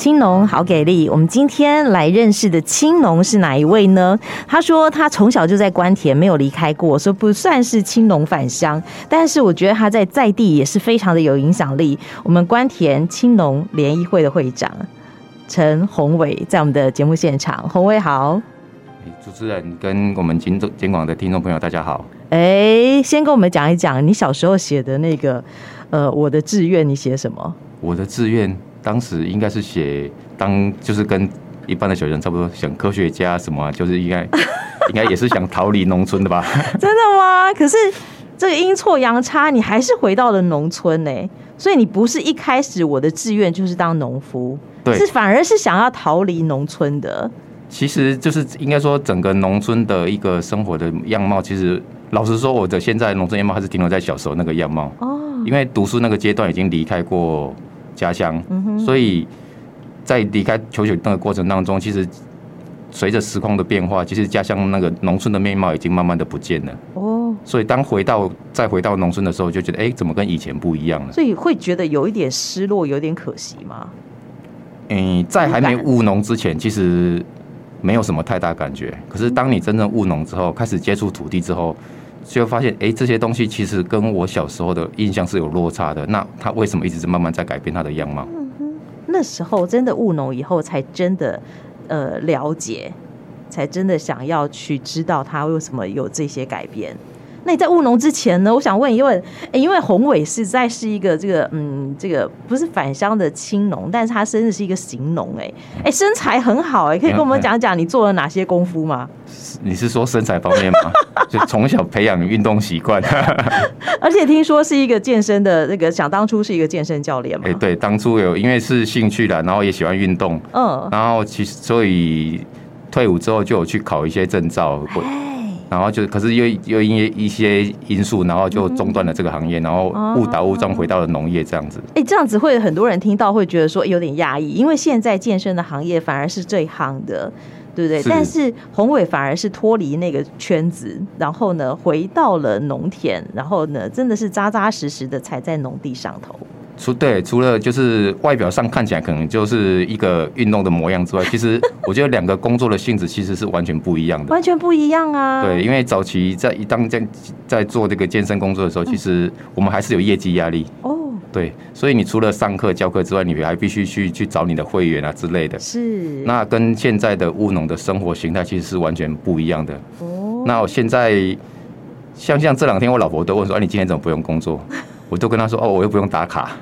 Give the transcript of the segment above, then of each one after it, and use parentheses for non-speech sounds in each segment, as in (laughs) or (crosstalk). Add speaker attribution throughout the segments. Speaker 1: 青农好给力。我们今天来认识的青农是哪一位呢？他说他从小就在关田，没有离开过，所以不算是青农返乡。但是我觉得他在在地也是非常的有影响力。我们关田青农联谊会的会长陈宏伟在我们的节目现场，宏伟好。
Speaker 2: 哎主持人跟我们金总监广的听众朋友，大家好。
Speaker 1: 哎，先跟我们讲一讲你小时候写的那个，呃，我的志愿，你写什么？
Speaker 2: 我的志愿当时应该是写当，就是跟一般的学生差不多，想科学家什么啊，就是应该 (laughs) 应该也是想逃离农村的吧。 (laughs)
Speaker 1: 真的吗？可是这个阴错阳差，你还是回到了农村呢、所以你不是一开始我的志愿就是当农夫，
Speaker 2: 对
Speaker 1: 是反而是想要逃离农村的。
Speaker 2: 其实就是应该说，整个农村的一个生活的样貌，其实老实说，我的现在农村样貌还是停留在小时候那个样貌。
Speaker 1: 哦，
Speaker 2: 因为读书那个阶段已经离开过家乡，所以在离开求学那个过程当中，其实随着时空的变化，其实家乡那个农村的面貌已经慢慢的不见了。
Speaker 1: 哦，
Speaker 2: 所以当回到再回到农村的时候，就觉得哎、诶怎么跟以前不一样了？
Speaker 1: 所以会觉得有一点失落，有点可惜吗？
Speaker 2: 嗯，在还没务农之前，其实没有什么太大感觉。可是当你真正务农之后，开始接触土地之后，就会发现，哎、这些东西其实跟我小时候的印象是有落差的。那它为什么一直是慢慢在改变它的样貌？
Speaker 1: 那时候真的务农以后，才真的呃了解，才真的想要去知道他为什么有这些改变。那你在务农之前呢？我想问，因为、诶因为宏伟实在是一个这个嗯，这个不是返乡的青农，但是他真的是一个行农、诶哎、诶身材很好、诶可以跟我
Speaker 2: 嗯
Speaker 1: 们讲讲你做了哪些功夫吗？
Speaker 2: 你是说身材方面吗？就从小培养运动习惯。 (laughs)
Speaker 1: 而且听说是一个健身的那个，想当初是一个健身教练嘛
Speaker 2: 哎、，对，当初有因为是兴趣啦，然后也喜欢运动，
Speaker 1: 嗯，
Speaker 2: 然后其实所以退伍之后就有去考一些证照，我
Speaker 1: 哎，
Speaker 2: 然后就可是又又因为一些因素，然后就中断了这个行业，然后误打误撞回到了农业这样子。
Speaker 1: 哎，这样子会很多人听到会觉得说有点压抑，因为现在健身的行业反而是最夯的，对不对？
Speaker 2: 是
Speaker 1: 但是宏伟反而是脱离那个圈子，然后呢回到了农田，然后呢真的是扎扎实实的踩在农地上头。
Speaker 2: 除对除了就是外表上看起来可能就是一个运动的模样之外，其实我觉得两个工作的性质其实是完全不一样的。
Speaker 1: 完全不一样啊！
Speaker 2: 对，，因为早期在当在在做这个健身工作的
Speaker 1: 嗯
Speaker 2: 时候，其实我们还是有业绩压力。
Speaker 1: 哦，
Speaker 2: 对，所以你除了上课教课之外，你还必须去去找你的会员啊之类的。
Speaker 1: 是
Speaker 2: 那跟现在的务农的生活形态其实是完全不一样的。
Speaker 1: 哦，
Speaker 2: 那我现在像像这两天，我老婆都问说：“啊，你今天怎么不用工作？”我都跟她说：“哦，我又不用打卡。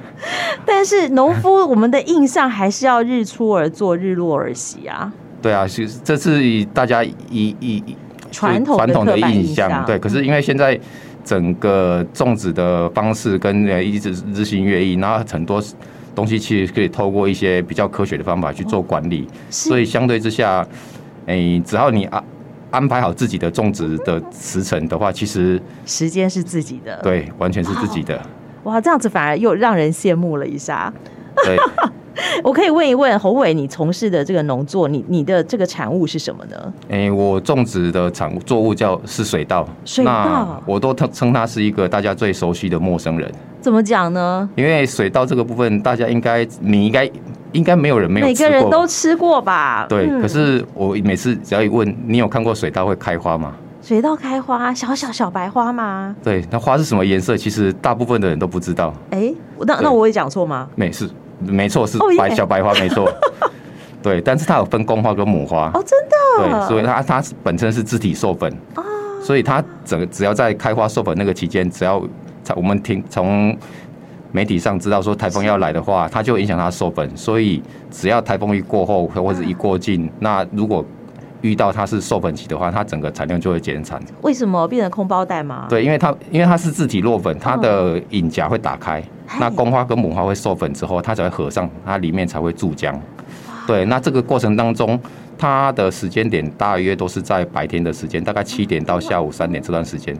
Speaker 1: 但是农夫我们的印象还是要日出而作，日落而息啊。”
Speaker 2: 对啊，是这是以大家以以以
Speaker 1: 传统的
Speaker 2: 传统
Speaker 1: 刻板
Speaker 2: 印
Speaker 1: 印象
Speaker 2: 对。可是因为现在整个种植的方式跟呃一直日新月异，然后很多东西其实可以透过一些比较科学的方法去做管理。
Speaker 1: 哦是
Speaker 2: 所以相对之下，诶、只要你安安排好自己的种植的时程的话，其实
Speaker 1: 时间是自己的，，
Speaker 2: 对，完全是自己的。
Speaker 1: 哇，这样子反而又让人羡慕了一下。
Speaker 2: 对，
Speaker 1: (laughs) 我可以问一问侯伟，你从事的这个农作，你你的这个产物是什么呢？
Speaker 2: 诶、我种植的产物作物叫是水稻，
Speaker 1: 水稻
Speaker 2: 那我都称称它是一个大家最熟悉的陌生人，
Speaker 1: 怎么讲呢？
Speaker 2: 因为水稻这个部分，大家应该你应该应该没有人没有
Speaker 1: 每
Speaker 2: 吃过
Speaker 1: 个人都吃过吧？
Speaker 2: 对，
Speaker 1: 嗯
Speaker 2: 可是我每次只要一问，你有看过水稻会开花吗？
Speaker 1: 水稻开花，小小小白花吗？
Speaker 2: 对，那花是什么颜色？其实大部分的人都不知道。
Speaker 1: 哎，那
Speaker 2: 对
Speaker 1: 那我也讲错吗？
Speaker 2: 没事，没错，是
Speaker 1: 哦耶
Speaker 2: 白、小白花，没错。对，但是它有分公花跟母花，
Speaker 1: 哦，真的，
Speaker 2: 对，所以它它是本身是自体授粉，所以它整个只要在开花授粉那个期间，只要在我们听从媒体上知道说台风要来的话，它就会影响它授粉，所以只要台风一过后或或者一过境，那如果遇到它是授粉期的话，它整个产量就会减产。
Speaker 1: 为什么变成空包袋吗？，
Speaker 2: 对，因为它因为它是自体落粉，它的引夹会打开，那公花跟母花会授粉之后，它才会合上，它里面才会注浆。对，那这个过程当中，它的时间点大约都是在白天的时间，大概七点到下午三点这段时间。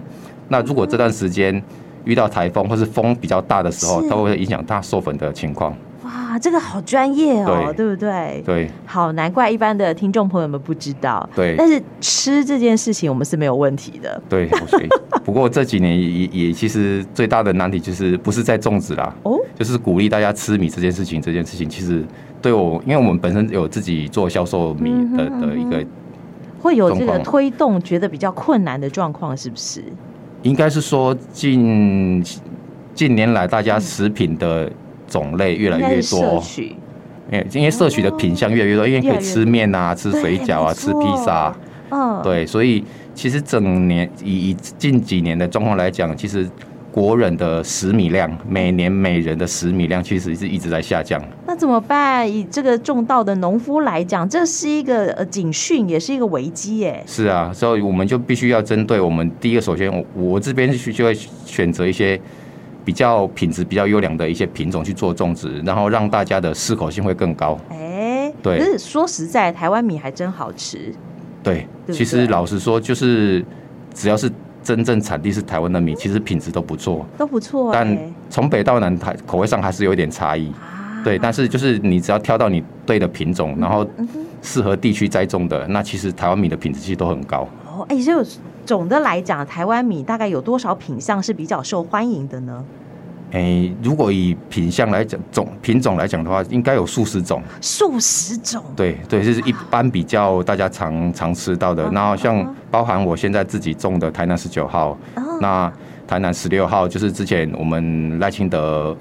Speaker 2: 那如果这段时间遇到台风或是风比较大的时候，
Speaker 1: 是
Speaker 2: 它会影响它授粉的情况。
Speaker 1: 哇，这个好专业哦，
Speaker 2: 对
Speaker 1: 对不对？
Speaker 2: 对，
Speaker 1: 好，难怪一般的听众朋友们不知道。
Speaker 2: 对
Speaker 1: 但是吃这件事情我们是没有问题的
Speaker 2: 对，我所以 (laughs) 不过这几年也也也其实最大的难题就是不是在种植啦，
Speaker 1: 哦。
Speaker 2: 就是鼓励大家吃米这件事情，这件事情其实对我，因为我们本身有自己做销售米的
Speaker 1: 嗯哼
Speaker 2: 的一个
Speaker 1: 嗯，会有这
Speaker 2: 状
Speaker 1: 个
Speaker 2: 况
Speaker 1: 推动觉得比较困难的状况，是不是？
Speaker 2: 应该是说近近年来大家食品的种类越来
Speaker 1: 应该
Speaker 2: 越
Speaker 1: 是摄
Speaker 2: 多，哦
Speaker 1: 取
Speaker 2: 因为因为摄取的品相越来越多，因为
Speaker 1: 越
Speaker 2: 可
Speaker 1: 来
Speaker 2: 以
Speaker 1: 越
Speaker 2: 吃面啊、吃
Speaker 1: 对
Speaker 2: 水饺啊、
Speaker 1: 没
Speaker 2: 吃披萨啊、
Speaker 1: 错嗯，
Speaker 2: 对，所以其实整年以以近几年的状况来讲，其实国人的食米量，每年每人的食米量其实是一直在下降。
Speaker 1: 那怎么办？以这个种稻的农夫来讲，这是一个呃警讯，也是一个危机耶。
Speaker 2: 是啊，所以我们就必须要针对我们第一个，首先我我这边去就会选择一些比较品质比较优良的一些品种去做种植，然后让大家的适口性会更高。
Speaker 1: 哎，
Speaker 2: 对
Speaker 1: 可是说实在，台湾米还真好吃。
Speaker 2: 对，
Speaker 1: 对
Speaker 2: 其
Speaker 1: 对
Speaker 2: 实老实说，就是只要是真正产地是台湾的
Speaker 1: 嗯
Speaker 2: 米，其实品质都不错，
Speaker 1: 都不错、欸，
Speaker 2: 但从北到南，它口味上还是有一点差异。
Speaker 1: 啊
Speaker 2: 对，但是就是你只要挑到你对的品种，然后
Speaker 1: 嗯哼
Speaker 2: 适合地区栽种的，那其实台湾米的品质其实都很高。
Speaker 1: 哦，哎、所以总的来讲，台湾米大概有多少品相是比较受欢迎的呢？
Speaker 2: 诶、如果以品相来讲，种品种来讲的话，应该有数十种。
Speaker 1: 数十种，
Speaker 2: 对对，就是一般比较大家常常吃到的。
Speaker 1: 嗯
Speaker 2: 然后
Speaker 1: 嗯
Speaker 2: 像
Speaker 1: 嗯
Speaker 2: 包含我现在自己种的台南十九号，
Speaker 1: 哦
Speaker 2: 那台南十六号就是之前我们赖清德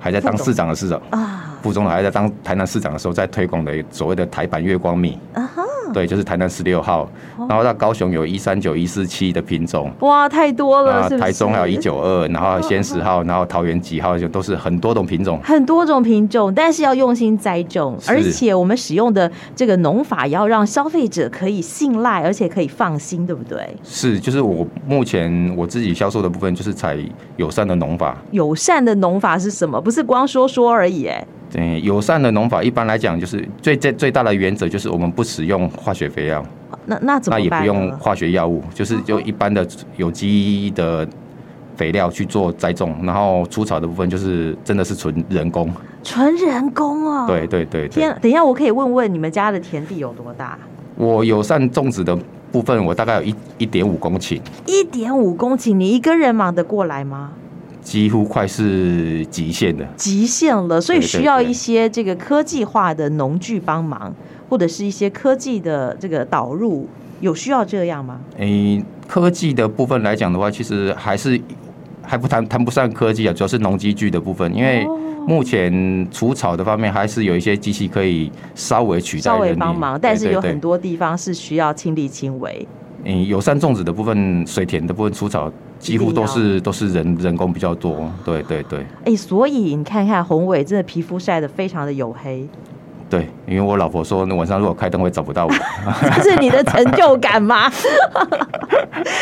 Speaker 2: 还在当
Speaker 1: 副总
Speaker 2: 市长的市长，
Speaker 1: 啊
Speaker 2: 副总统还在当台南市长的时候，在推广的所谓的台版月光米。
Speaker 1: 啊哈，
Speaker 2: 对，就是台南十六号，
Speaker 1: 哦
Speaker 2: 然后到高雄有一三九、一四七的品种，
Speaker 1: 哇，太多了，
Speaker 2: 那
Speaker 1: 是不是？
Speaker 2: 台中还有一九二，然后
Speaker 1: 哦
Speaker 2: 仙十号，然后桃园几号，就都是很多种品种。
Speaker 1: 很多种品种，但是要用心栽种，
Speaker 2: 是
Speaker 1: 而且我们使用的这个农法也要让消费者可以信赖，而且可以放心，对不对？
Speaker 2: 是，就是我目前我自己销售的部分就是采友善的农法。
Speaker 1: 友善的农法是什么？不是光说说而已，哎，
Speaker 2: 对，友善的农法一般来讲就是最最最大的原则就是我们不使用化学肥料，
Speaker 1: 那那怎
Speaker 2: 那
Speaker 1: 么
Speaker 2: 也
Speaker 1: 办
Speaker 2: 不
Speaker 1: 呢？
Speaker 2: 用化学药物，就是就一般的有机的肥料去做栽种，然后除草的部分就是真的是纯人工。
Speaker 1: 纯人工哦。
Speaker 2: 对。对对对
Speaker 1: 天。啊，等一下，我可以问问你们家的田地有多大？
Speaker 2: 我友善种植的部分，我大概有一一点五公顷，
Speaker 1: 一点五公顷，你一个人忙得过来吗？
Speaker 2: 几乎快是极限的。
Speaker 1: 极限了，所以
Speaker 2: 对对
Speaker 1: 需要
Speaker 2: 对
Speaker 1: 一些这个科技化的农具帮忙，或者是一些科技的这个导入，有需要这样吗？
Speaker 2: 诶、科技的部分来讲的话，其实还是还不谈谈不上科技啊，主要是农机具的部分，因为
Speaker 1: 哦
Speaker 2: 目前除草的方面还是有一些机器可以稍微取代
Speaker 1: 稍微
Speaker 2: 人力
Speaker 1: 帮忙，但是有很。
Speaker 2: 对对对
Speaker 1: 多地方是需要亲力亲为。
Speaker 2: 嗯，友善种植的部分，水田的部分除草几乎都是都是人人工比较多。对对对
Speaker 1: 哎，所以你看看宏伟真的皮肤晒得非常的黝
Speaker 2: (laughs)
Speaker 1: 黑，
Speaker 2: 对，因为我老婆说晚上如果开灯会找
Speaker 1: (laughs)
Speaker 2: 不到我。
Speaker 1: 这是你的成就感吗？ (laughs)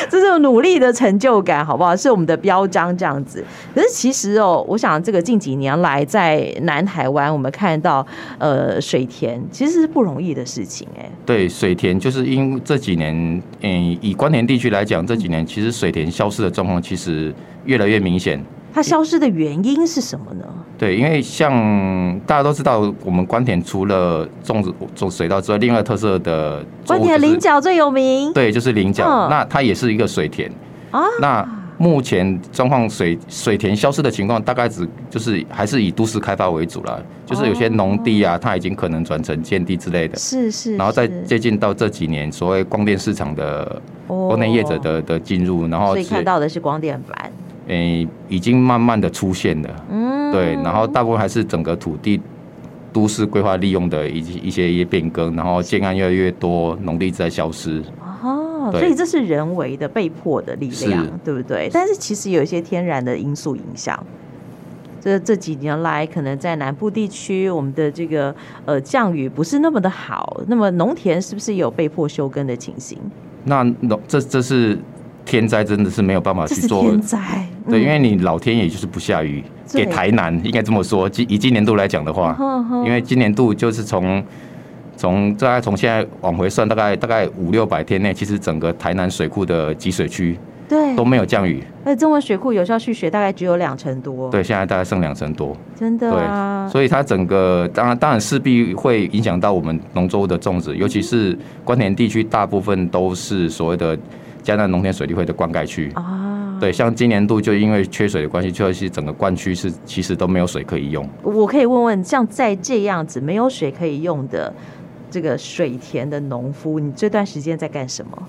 Speaker 1: 这是努力的成就感，好不好？是我们的标章这样子。可是其实哦，我想这个近几年来在南台湾，我们看到呃水田其实是不容易的事情、哎，
Speaker 2: 对，水田就是因为这几年，嗯，以关田地区来讲，这几年其实水田消失的状况其实越来越明显。
Speaker 1: 它消失的原因是什么呢？
Speaker 2: 对，因为像大家都知道，我们关田除了种植种水稻之外，另外特色的作
Speaker 1: 关
Speaker 2: 物、就
Speaker 1: 田
Speaker 2: 是、
Speaker 1: 菱角最有名
Speaker 2: 对，就是菱角，
Speaker 1: 嗯
Speaker 2: 那它也是一个水田。
Speaker 1: 啊，
Speaker 2: 那目前状况水水田消失的情况，大概只就是还是以都市开发为主啦，就是有些农地啊，它已经可能转成建地之类的。
Speaker 1: 哦是是，
Speaker 2: 然后再
Speaker 1: 是
Speaker 2: 接近到这几年所谓光电市场的
Speaker 1: 哦
Speaker 2: 国内业者的的进入，然后
Speaker 1: 所以看
Speaker 2: 是
Speaker 1: 到的是光电板，
Speaker 2: 诶、已经慢慢的出现了，
Speaker 1: 嗯，
Speaker 2: 对，然后大部分还是整个土地都市规划利用的一一些一些变更，然后建案越来越多，农地在消失，
Speaker 1: 哦，
Speaker 2: 对
Speaker 1: 所以这是人为的、被迫的力量
Speaker 2: 是，
Speaker 1: 对不对？但是其实有一些天然的因素影响。这这几年来，可能在南部地区，我们的这个呃降雨不是那么的好，那么农田是不是也有被迫休耕的情形？
Speaker 2: 那农这这是天灾，真的是没有办法
Speaker 1: 这
Speaker 2: 去
Speaker 1: 是
Speaker 2: 做。
Speaker 1: 天灾，
Speaker 2: 对，
Speaker 1: 嗯
Speaker 2: 因为你老天爷就是不下雨，
Speaker 1: 对嗯
Speaker 2: 给台南应该这么说，今以今年度来讲的话，
Speaker 1: 哼哼
Speaker 2: 因为今年度就是从从大概从现在往回算，大概大概五六百天内，其实整个台南水库的集水区
Speaker 1: 对
Speaker 2: 都，没有降雨，
Speaker 1: 那中文水库有效蓄水大概只有两成多，，
Speaker 2: 对，现在大概剩两成多，
Speaker 1: 真的啊，
Speaker 2: 对，所以它整个当然当然势必会影响到我们农作物的种植，尤其是关田地区大部分都是所谓的江南农田水利会的灌溉区。
Speaker 1: 啊，
Speaker 2: 对，像今年度就因为缺水的关系，就是整个灌区是其实都没有水可以用。
Speaker 1: 我可以问问，像在这样子没有水可以用的这个水田的农夫，你这段时间在干什么？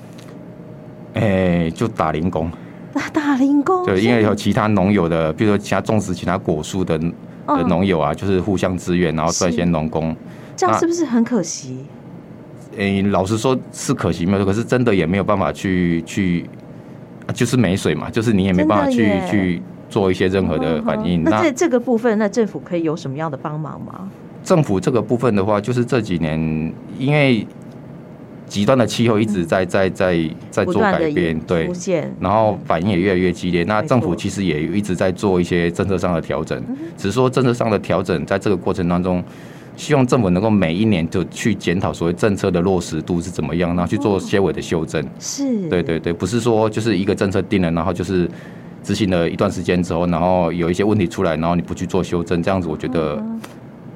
Speaker 2: 哎、就打零工，
Speaker 1: 打打零工，
Speaker 2: 对，因为有其他农友的，比如说其他种植其他果树的
Speaker 1: 嗯
Speaker 2: 的农友啊，就是互相支援，然后赚一些
Speaker 1: 是
Speaker 2: 农工。
Speaker 1: 这样是不是很可惜？
Speaker 2: 诶、老实说是可惜没有错，可是真的也没有办法去去，啊就是没水嘛，就是你也没办法
Speaker 1: 真
Speaker 2: 去
Speaker 1: 的耶
Speaker 2: 去做一些任何的反应。
Speaker 1: 嗯哼那这这个部分，那政府可以有什么样的帮忙吗？
Speaker 2: 政府这个部分的话，就是这几年因为极端的气候一直在在在在
Speaker 1: 嗯不
Speaker 2: 做
Speaker 1: 断
Speaker 2: 改
Speaker 1: 的
Speaker 2: 变，对
Speaker 1: 出，现，
Speaker 2: 然后反应也越来越激烈。那
Speaker 1: 没
Speaker 2: 政府
Speaker 1: 错嗯
Speaker 2: 其实也一直在做一些政策上的调整，只是说政策上的调整在这个过程当中。希望政府能够每一年就去检讨所谓政策的落实度是怎么样，然后去
Speaker 1: 哦
Speaker 2: 做些微的修正。
Speaker 1: 是，
Speaker 2: 对对对，不是说就是一个政策定了，然后就是执行了一段时间之后，然后有一些问题出来，然后你不去做修正，这样子我觉得
Speaker 1: 嗯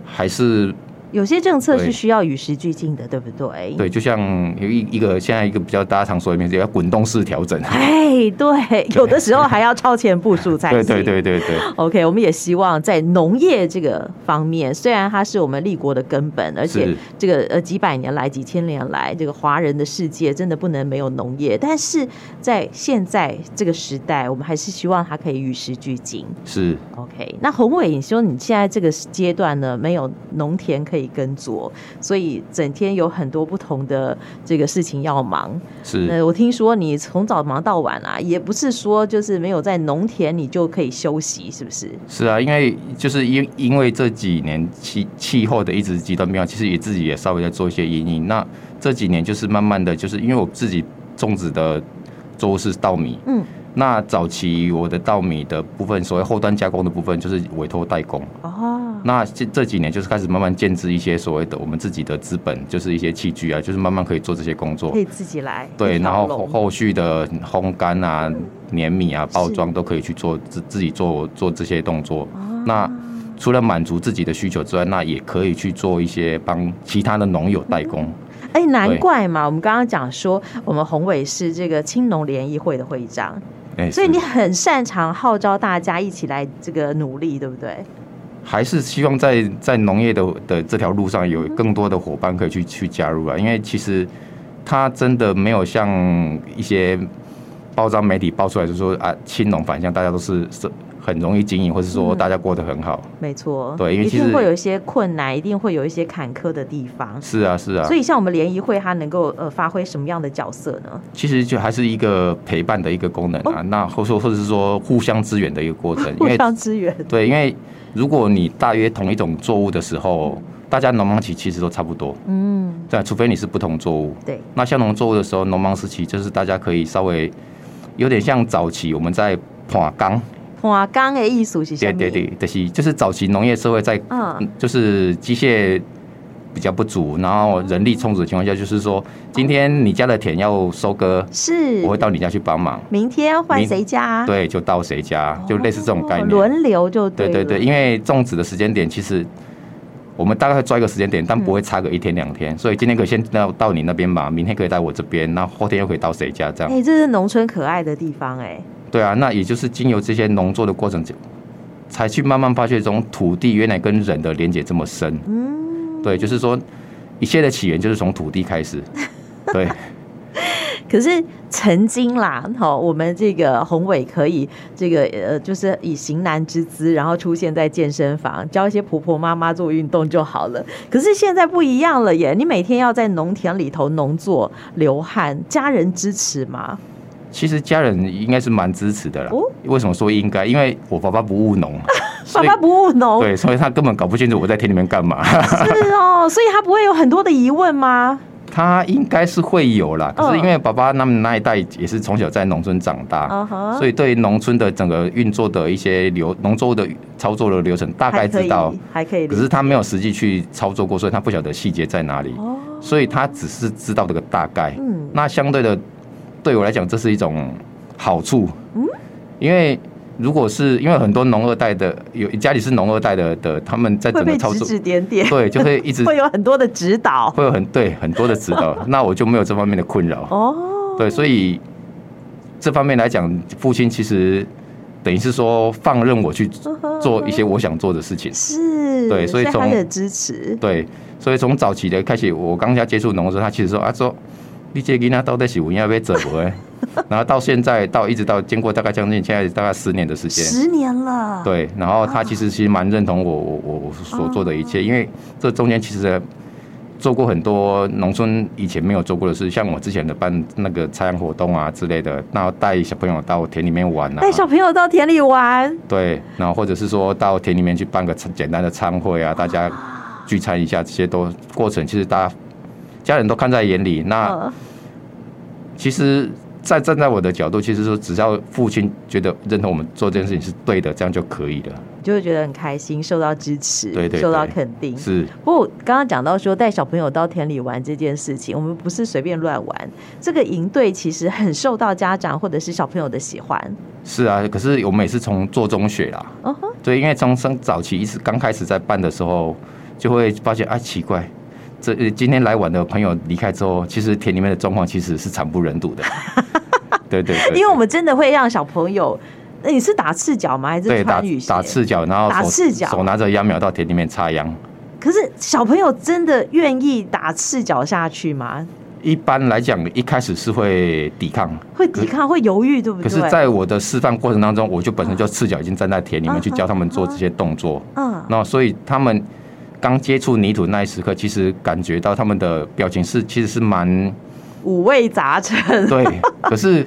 Speaker 2: 还是
Speaker 1: 有些政策是
Speaker 2: 对
Speaker 1: 需要与时俱进的，对不对？
Speaker 2: 对，就像有一一个现在一个比较大家常说的名字叫滚动式调整。
Speaker 1: 哎，对，有的时候还要超前部署才
Speaker 2: (laughs) 对
Speaker 1: 行。
Speaker 2: 对对对对，
Speaker 1: OK，我们也希望在农业这个方面，虽然它是我们立国的根本，而且
Speaker 2: 是
Speaker 1: 这个呃几百年来、几千年来，这个华人的世界真的不能没有农业。但是在现在这个时代，我们还是希望它可以与时俱进。
Speaker 2: 是
Speaker 1: OK，那宏伟，你说你现在这个阶段呢，没有农田可以耕作，所以整天有很多不同的这个事情要忙。
Speaker 2: 是，
Speaker 1: 那我听说你从早忙到晚啊，也不是说就是没有在农田你就可以休息，是不是？
Speaker 2: 是啊，因为就是因因为这几年气气候的一直极端变化，其实也自己也稍微在做一些阴影。那这几年就是慢慢的就是因为我自己种植的作物是稻米，
Speaker 1: 嗯，
Speaker 2: 那早期我的稻米的部分，所谓后端加工的部分，就是委托代工。
Speaker 1: 哦，
Speaker 2: 那这这几年就是开始慢慢建制一些所谓的我们自己的资本，就是一些器具啊，就是慢慢可以做这些工
Speaker 1: (laughs)
Speaker 2: 作
Speaker 1: 可。以自己来。
Speaker 2: 对，
Speaker 1: 一条
Speaker 2: 然后
Speaker 1: 龙
Speaker 2: 后后续的烘干啊、碾米啊、包装都可以去做自自己做做这些动作。
Speaker 1: 哦
Speaker 2: 那除了满足自己的需求之外，那也可以去做一些帮其他的农友代工。
Speaker 1: 哎，难
Speaker 2: 对
Speaker 1: 怪嘛，我们刚刚讲说，我们宏伟是这个青农联谊会的会长，
Speaker 2: 哎、
Speaker 1: 所以
Speaker 2: 是
Speaker 1: 你很擅长号召大家一起来这个努力，对不对？
Speaker 2: 还是希望在在农业的的这条路上有更多的伙伴可以去去加入啊，因为其实它真的没有像一些报章媒体报出来就说啊，青农返乡大家都是是很容易经营，或是说
Speaker 1: 嗯
Speaker 2: 大家过得很好。
Speaker 1: 没错，
Speaker 2: 对因为
Speaker 1: 一
Speaker 2: 其
Speaker 1: 定
Speaker 2: 实
Speaker 1: 会有一些困难，一定会有一些坎坷的地方。
Speaker 2: 是啊，是啊
Speaker 1: 所，以，像我们联谊会，它能够呃发挥什么样的角色呢？
Speaker 2: 其实就还是一个陪伴的一个功能啊，那或说或者是说互相支援的一个过程，因
Speaker 1: 哦 (laughs) 互
Speaker 2: 为
Speaker 1: 相支援，
Speaker 2: 对，因为如果你大约同一种作物的时候，大家农忙期其实都差不多，
Speaker 1: 嗯，
Speaker 2: 对，除非你是不同作物。
Speaker 1: 对，
Speaker 2: 那像农作物的时候，农忙时期就是大家可以稍微有点像早期我们在盘缸，
Speaker 1: 花岗的艺术是什
Speaker 2: 对
Speaker 1: 么？
Speaker 2: 对对，就是就是早期农业社会在，
Speaker 1: 嗯，
Speaker 2: 就是机械比较不足，然后人力充足的情况下，就是说今天你家的田要收割，
Speaker 1: 是。
Speaker 2: 我会到你家去帮忙，
Speaker 1: 明天换
Speaker 2: 明
Speaker 1: 谁家？
Speaker 2: 对，就到谁家
Speaker 1: 哦，，
Speaker 2: 就类似这种概念。
Speaker 1: 轮流就
Speaker 2: 对对
Speaker 1: 对
Speaker 2: 对，
Speaker 1: 了
Speaker 2: 因为种植的时间点其实。我们大概会抓一个时间点，但不会差个一天两
Speaker 1: 嗯
Speaker 2: 天，所以今天可以先到到你那边嘛，明天可以到我这边，那后天又可以到谁家这样
Speaker 1: 哎、。这是农村可爱的地方哎、
Speaker 2: 对啊，那也就是经由这些农作的过程，才去慢慢发现中土地原来跟人的连接这么深。
Speaker 1: 嗯，
Speaker 2: 对，就是说一切的起源就是从土地
Speaker 1: (laughs)
Speaker 2: 开始。对，
Speaker 1: 可是曾经啦，好，我们这个宏伟可以这个呃，就是以型男之姿，然后出现在健身房，教一些婆婆妈妈做运动就好了。可是现在不一样了耶，你每天要在农田里头农作流汗，家人支持吗？
Speaker 2: 其实家人应该是蛮支持的啦。
Speaker 1: 哦
Speaker 2: 为什么说应该？因为我爸爸不
Speaker 1: (laughs)
Speaker 2: 务农，
Speaker 1: 爸
Speaker 2: 所以
Speaker 1: 爸不务农
Speaker 2: 对，所以他根本搞不清楚我在田里面干嘛。
Speaker 1: 是哦，所以他不会有很多的疑问吗？
Speaker 2: 他应该是会有啦，可
Speaker 1: 嗯
Speaker 2: 是因为爸爸他们那一代也是从小在农村长大。
Speaker 1: 啊哈，
Speaker 2: 所
Speaker 1: 以
Speaker 2: 以对农村的整个运作的一些流农作物的操作的流程大概知道，
Speaker 1: 还可以理
Speaker 2: 可
Speaker 1: 解，
Speaker 2: 是他没有实际去操作过，所以他不晓得细节在哪里，
Speaker 1: 哦，
Speaker 2: 所以他只是知道这个大概。
Speaker 1: 嗯，
Speaker 2: 那相对的，对我来讲，这是一种好处。
Speaker 1: 嗯
Speaker 2: 因为如果是因为很多农二代的，有家里是农二代的的，他们在
Speaker 1: 会
Speaker 2: 整个
Speaker 1: 被
Speaker 2: 操
Speaker 1: 指
Speaker 2: 作，
Speaker 1: 指点点，
Speaker 2: 对，就会一
Speaker 1: (laughs)
Speaker 2: 直
Speaker 1: 会有很多的指导
Speaker 2: 会有很对很多的指导，那我就没有这方面的困扰。
Speaker 1: 哦。
Speaker 2: 对，所以这方面来讲，父亲其实等于是说放任我去做一些我想做的事情。
Speaker 1: 是，
Speaker 2: 对所以
Speaker 1: 他
Speaker 2: 从
Speaker 1: 的支持，
Speaker 2: 对，所以从早期的开始，我刚下接触农的时候，他其实说啊说，你这个囡仔到底是有要被折磨的，然后到现在到一直到经过大概将近现在大概十年的时间，
Speaker 1: 十年了，，
Speaker 2: 对，然后
Speaker 1: 啊
Speaker 2: 他其实其实蛮认同我我我我所做的一切，因为这中间其实做过很多农村以前没有做过的事，像我之前的办那个插秧活动啊之类的，然后带小朋友到田里面玩啊，
Speaker 1: 带小朋友到田里玩，
Speaker 2: 对，然后或者是说到田里面去办个简单的餐会啊，大家聚餐一下，这些都过程其实大家家人都看在眼里。那
Speaker 1: 嗯，
Speaker 2: 其实，在站在我的角度，其实说只要父亲觉得认同我们做这件事情是对的，这样就可以了。
Speaker 1: 你就会觉得很开心，受到支持，
Speaker 2: 对对
Speaker 1: 受到
Speaker 2: 对
Speaker 1: 肯定。
Speaker 2: 是，
Speaker 1: 不过我刚刚讲到说带小朋友到田里玩这件事情，我们不是随便乱玩。这个营队其实很受到家长或者是小朋友的喜欢。
Speaker 2: 是啊。可是我们也是从做中学啦，
Speaker 1: 嗯哼，
Speaker 2: 对，因为从生早期一直刚开始在办的时候，就会发现啊，奇怪。这呃今天来晚的朋友离开之后，其实田里面的状况其实是惨不忍
Speaker 1: (laughs)
Speaker 2: 睹的。对对对，
Speaker 1: 因为我们真的会让小朋友，那你是打赤脚吗？还是
Speaker 2: 对，打
Speaker 1: 穿雨鞋？
Speaker 2: 打。赤脚，然后
Speaker 1: 打
Speaker 2: 手
Speaker 1: 赤脚
Speaker 2: 手拿着秧苗到田里面插秧。
Speaker 1: 可是小朋友真的愿意打赤脚下去吗？
Speaker 2: 一般来讲，一开始是会抵抗，
Speaker 1: 会抵抗，会犹豫，对不嗯
Speaker 2: 可
Speaker 1: 对？
Speaker 2: 是，在我的示范过程当中，我就本身就赤脚已经站在田里面去教他们做这些动作。
Speaker 1: 嗯，
Speaker 2: 那所以他们刚接触泥土那一时刻，其实感觉到他们的表情是其实是
Speaker 1: (laughs)
Speaker 2: 蛮
Speaker 1: 五味杂陈。
Speaker 2: 对。可是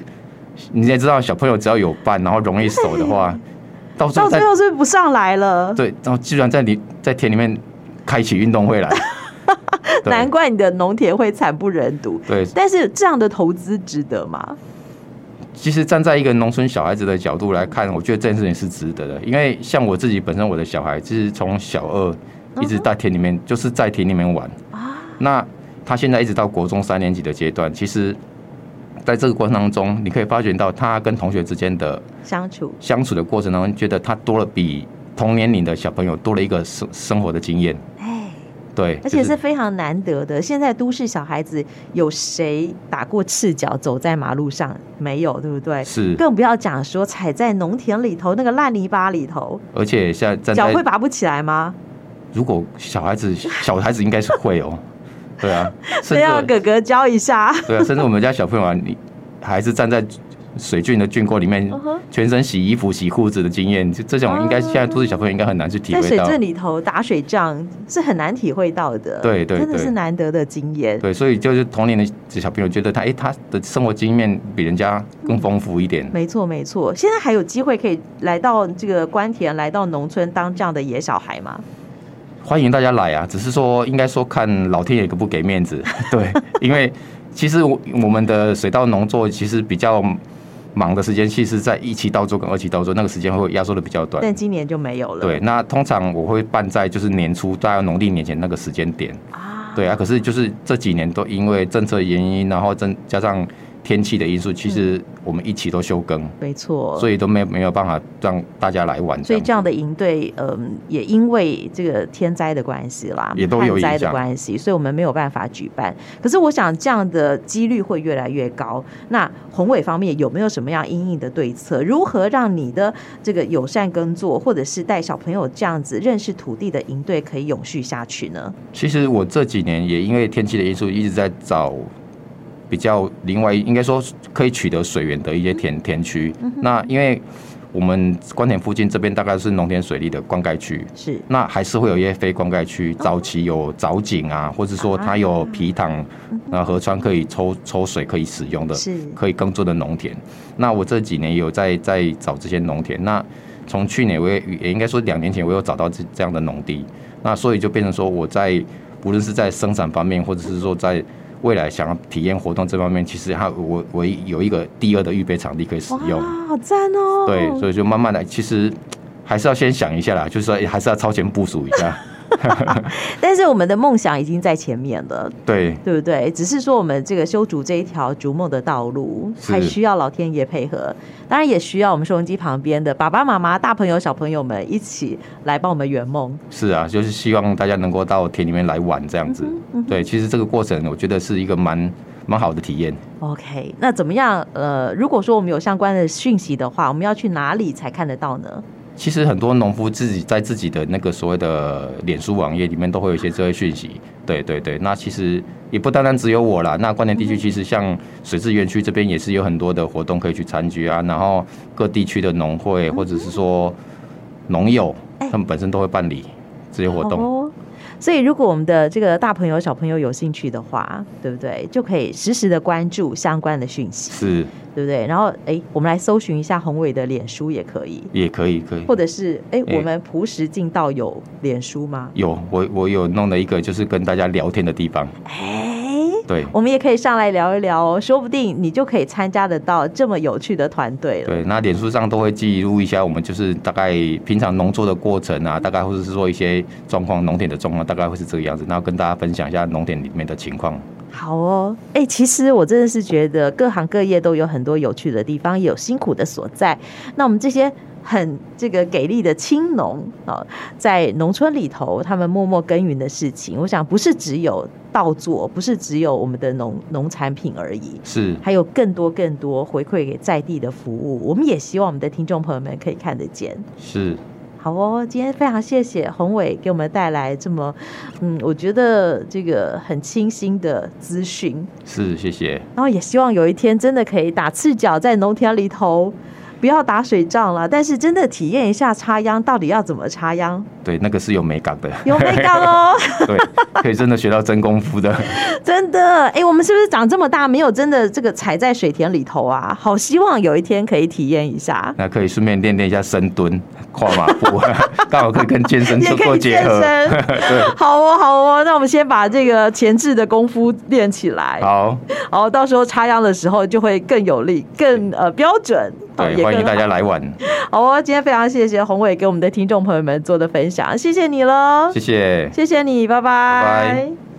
Speaker 2: 你也知道，小朋友只要有伴，然后容易熟
Speaker 1: (laughs)
Speaker 2: 的话，到时
Speaker 1: (laughs) 到
Speaker 2: 候在
Speaker 1: 最后是不是不上来了，
Speaker 2: 对，然后居然在你在田里面开启运动
Speaker 1: (laughs)
Speaker 2: 会来，对
Speaker 1: 难怪你的农田会惨不忍睹。
Speaker 2: 对，
Speaker 1: 但是这样的投资值得吗？
Speaker 2: 其实站在一个农村小孩子的角度来看，我觉得这件事情是值得的，因为像我自己本身，我的小孩就是从小
Speaker 1: 嗯
Speaker 2: 二一直到田里面，就是在田里面玩。
Speaker 1: 啊
Speaker 2: 那他现在一直到国中三年级的阶段，其实在这个过程当中，你可以发觉到他跟同学之间的
Speaker 1: 相处
Speaker 2: 相处的过程当中，觉得他多了比同年龄的小朋友多了一个生生活的经验。
Speaker 1: 哎，
Speaker 2: 对，
Speaker 1: 而且
Speaker 2: 就是
Speaker 1: 非常难得的。现在都市小孩子有谁打过赤脚走在马路上？没有，对不对？
Speaker 2: 是，
Speaker 1: 更不要讲说踩在农田里头那个烂泥巴里头，
Speaker 2: 而且现在站
Speaker 1: 脚
Speaker 2: 在
Speaker 1: 会拔不起来吗？
Speaker 2: 如果小孩
Speaker 1: (laughs)
Speaker 2: 子小孩子应该是会哦，对啊，甚
Speaker 1: 这
Speaker 2: 至
Speaker 1: 要哥哥教一下。
Speaker 2: 对啊，甚至我们家小朋友啊，你还是站在水郡的郡沟里面
Speaker 1: 嗯哼，啊
Speaker 2: 全身洗衣服、洗裤子的经验，就这种应该现在都市小朋友应该很难去体
Speaker 1: 在
Speaker 2: 会
Speaker 1: 水
Speaker 2: 到。
Speaker 1: 圳里头打水仗是很难体会到的，
Speaker 2: 对对
Speaker 1: 真的
Speaker 2: 对
Speaker 1: 是难得的经验。
Speaker 2: 对，所以就是童年的小朋友觉得他，哎、他的生活经验比人家更丰富一点。
Speaker 1: 没错没错，现在还有机会可以来到这个关田，来到农村当这样的野小孩吗？
Speaker 2: 欢迎大家来啊！只是说，应该说看老天爷给不给面子。对， (laughs) 因为其实我我们的水稻农作其实比较忙的时间，其实在一期稻作跟二期稻作那个时间会压缩的比较短。
Speaker 1: 但今年就没有了。
Speaker 2: 对，那通常我会办在就是年初，大概农历年前那个时间点。
Speaker 1: 啊，
Speaker 2: 对啊，可是就是这几年都因为政策原因，然后增加上天气的因素，其实我们一起都休耕，
Speaker 1: 没错。
Speaker 2: 所以都没没有办法让大家来玩。
Speaker 1: 所以这样
Speaker 2: 的
Speaker 1: 的营队，嗯，也因为这个天灾的关系啦，
Speaker 2: 也都有
Speaker 1: 旱灾
Speaker 2: 影
Speaker 1: 的
Speaker 2: 响
Speaker 1: 关系，所以我们没有办法举办。可是我想这样的几率会越来越高。那宏伟方面有没有什么样阴影的对策？如何让你的这个友善耕作，或者是带小朋友这样子认识土地的营队可以永续下去呢？
Speaker 2: 其实我这几年也因为天气的因素，一直在找比较另外应该说可以取得水源的一些
Speaker 1: 嗯
Speaker 2: 田田区。那因为我们关田附近这边大概是农田水利的灌溉区，
Speaker 1: 是
Speaker 2: 那还是会有一些非灌溉
Speaker 1: 哦
Speaker 2: 区，早期有藻井啊，或者说它有皮
Speaker 1: 嗯
Speaker 2: 塘，那河川可以抽抽水可以使用的，
Speaker 1: 是
Speaker 2: 可以耕作的农田。那我这几年也有在在找这些农田，那从去年我也也应该说两年前我有找到这这样的农地，那所以就变成说我在无论是在生产方面，或者是说在未来想要体验活动这方面，其实它我我有一个第二的预备场地可以使
Speaker 1: 哇
Speaker 2: 用。，
Speaker 1: 好赞哦！
Speaker 2: 对，所以就慢慢的，其实还是要先想一下啦，就是说诶还是要超前部署一
Speaker 1: (laughs)
Speaker 2: 下。
Speaker 1: 但是我们的梦想已经在前面了，
Speaker 2: 对，
Speaker 1: 对不对？只是说我们这个修筑这一条逐梦的道路，
Speaker 2: 是
Speaker 1: 还需要老天爷配合，当然也需要我们收音机旁边的爸爸妈妈、大朋友、小朋友们一起来帮我们圆梦。
Speaker 2: 是啊，就是
Speaker 1: 嗯
Speaker 2: 希望大家能够到田里面来玩这样子。对，其实这个过程我觉得是一个蛮蛮好的体验。
Speaker 1: OK，那怎么样？呃，如果说我们有相关的讯息的话，我们要去哪里才看得到呢？
Speaker 2: 其实很多农夫自己在自己的那个所谓的脸书网页里面都会有一些这些讯息。对对对，那其实也不单单只有我啦。那关联地区其实像水质园区这边也是有很多的活动可以去参与啊，然后各地区的农会或者是说农友，他们本身都会办理这些活动。
Speaker 1: 哎哦，所以如果我们的这个大朋友、小朋友有兴趣的话，对不对？就可以实时的关注相关的讯息，
Speaker 2: 是，
Speaker 1: 对不对？然后，哎，我们来搜寻一下宏伟的脸书也可以，
Speaker 2: 也可以，可以。
Speaker 1: 或者是哎，
Speaker 2: 哎
Speaker 1: 我们朴实进道有脸书吗？
Speaker 2: 有，我我有弄了一个就是跟大家聊天的地方。
Speaker 1: 哎，
Speaker 2: 对
Speaker 1: 我们也可以上来聊一聊哦，说不定你就可以参加得到这么有趣的团队了。
Speaker 2: 对，那脸书上都会记录一下我们就是大概平常农作的过程啊，大概或者是说一些状况，农田的状况大概会是这个样子。那跟大家分享一下农田里面的情况。
Speaker 1: 好哦，哎、其实我真的是觉得各行各业都有很多有趣的地方，也有辛苦的所在。那我们这些很这个给力的青农啊、哦在农村里头，他们默默耕耘的事情，我想不是只有稻作，不是只有我们的农农产品而已。
Speaker 2: 是，
Speaker 1: 还有更多更多回馈给在地的服务，我们也希望我们的听众朋友们可以看得见。
Speaker 2: 是，
Speaker 1: 好哦，今天非常谢谢宏伟给我们带来这么，嗯，我觉得这个很清新的资讯，
Speaker 2: 是，谢谢。
Speaker 1: 然后也希望有一天真的可以打赤脚在农田里头，不要打水仗了，但是真的体验一下插秧到底要怎么插秧，
Speaker 2: 对，那个是有美感的，
Speaker 1: 有美感
Speaker 2: (laughs)
Speaker 1: 哦，
Speaker 2: 对，可以真的学到真功夫的。
Speaker 1: 真的。哎，我们是不是长这么大没有真的这个踩在水田里头啊？好希望有一天可以体验一下。
Speaker 2: 那可以顺便练练一下深蹲、跨马步，啊 (laughs) 刚好可以跟健身
Speaker 1: 也
Speaker 2: 做
Speaker 1: 可
Speaker 2: 做
Speaker 1: 以
Speaker 2: 结
Speaker 1: 健
Speaker 2: 合。
Speaker 1: 身， (laughs) 好哦，好哦，那我们先把这个前置的功夫练起来。
Speaker 2: 好，
Speaker 1: 然后到时候插秧的时候就会更有力、更呃标准，哦
Speaker 2: 对，欢迎大。
Speaker 1: 也更
Speaker 2: 家来玩，
Speaker 1: 好好哦，今天非常谢谢宏伟给我们的听众朋友们做的分享，谢谢你喽，
Speaker 2: 谢谢。
Speaker 1: 谢谢你，拜拜
Speaker 2: 拜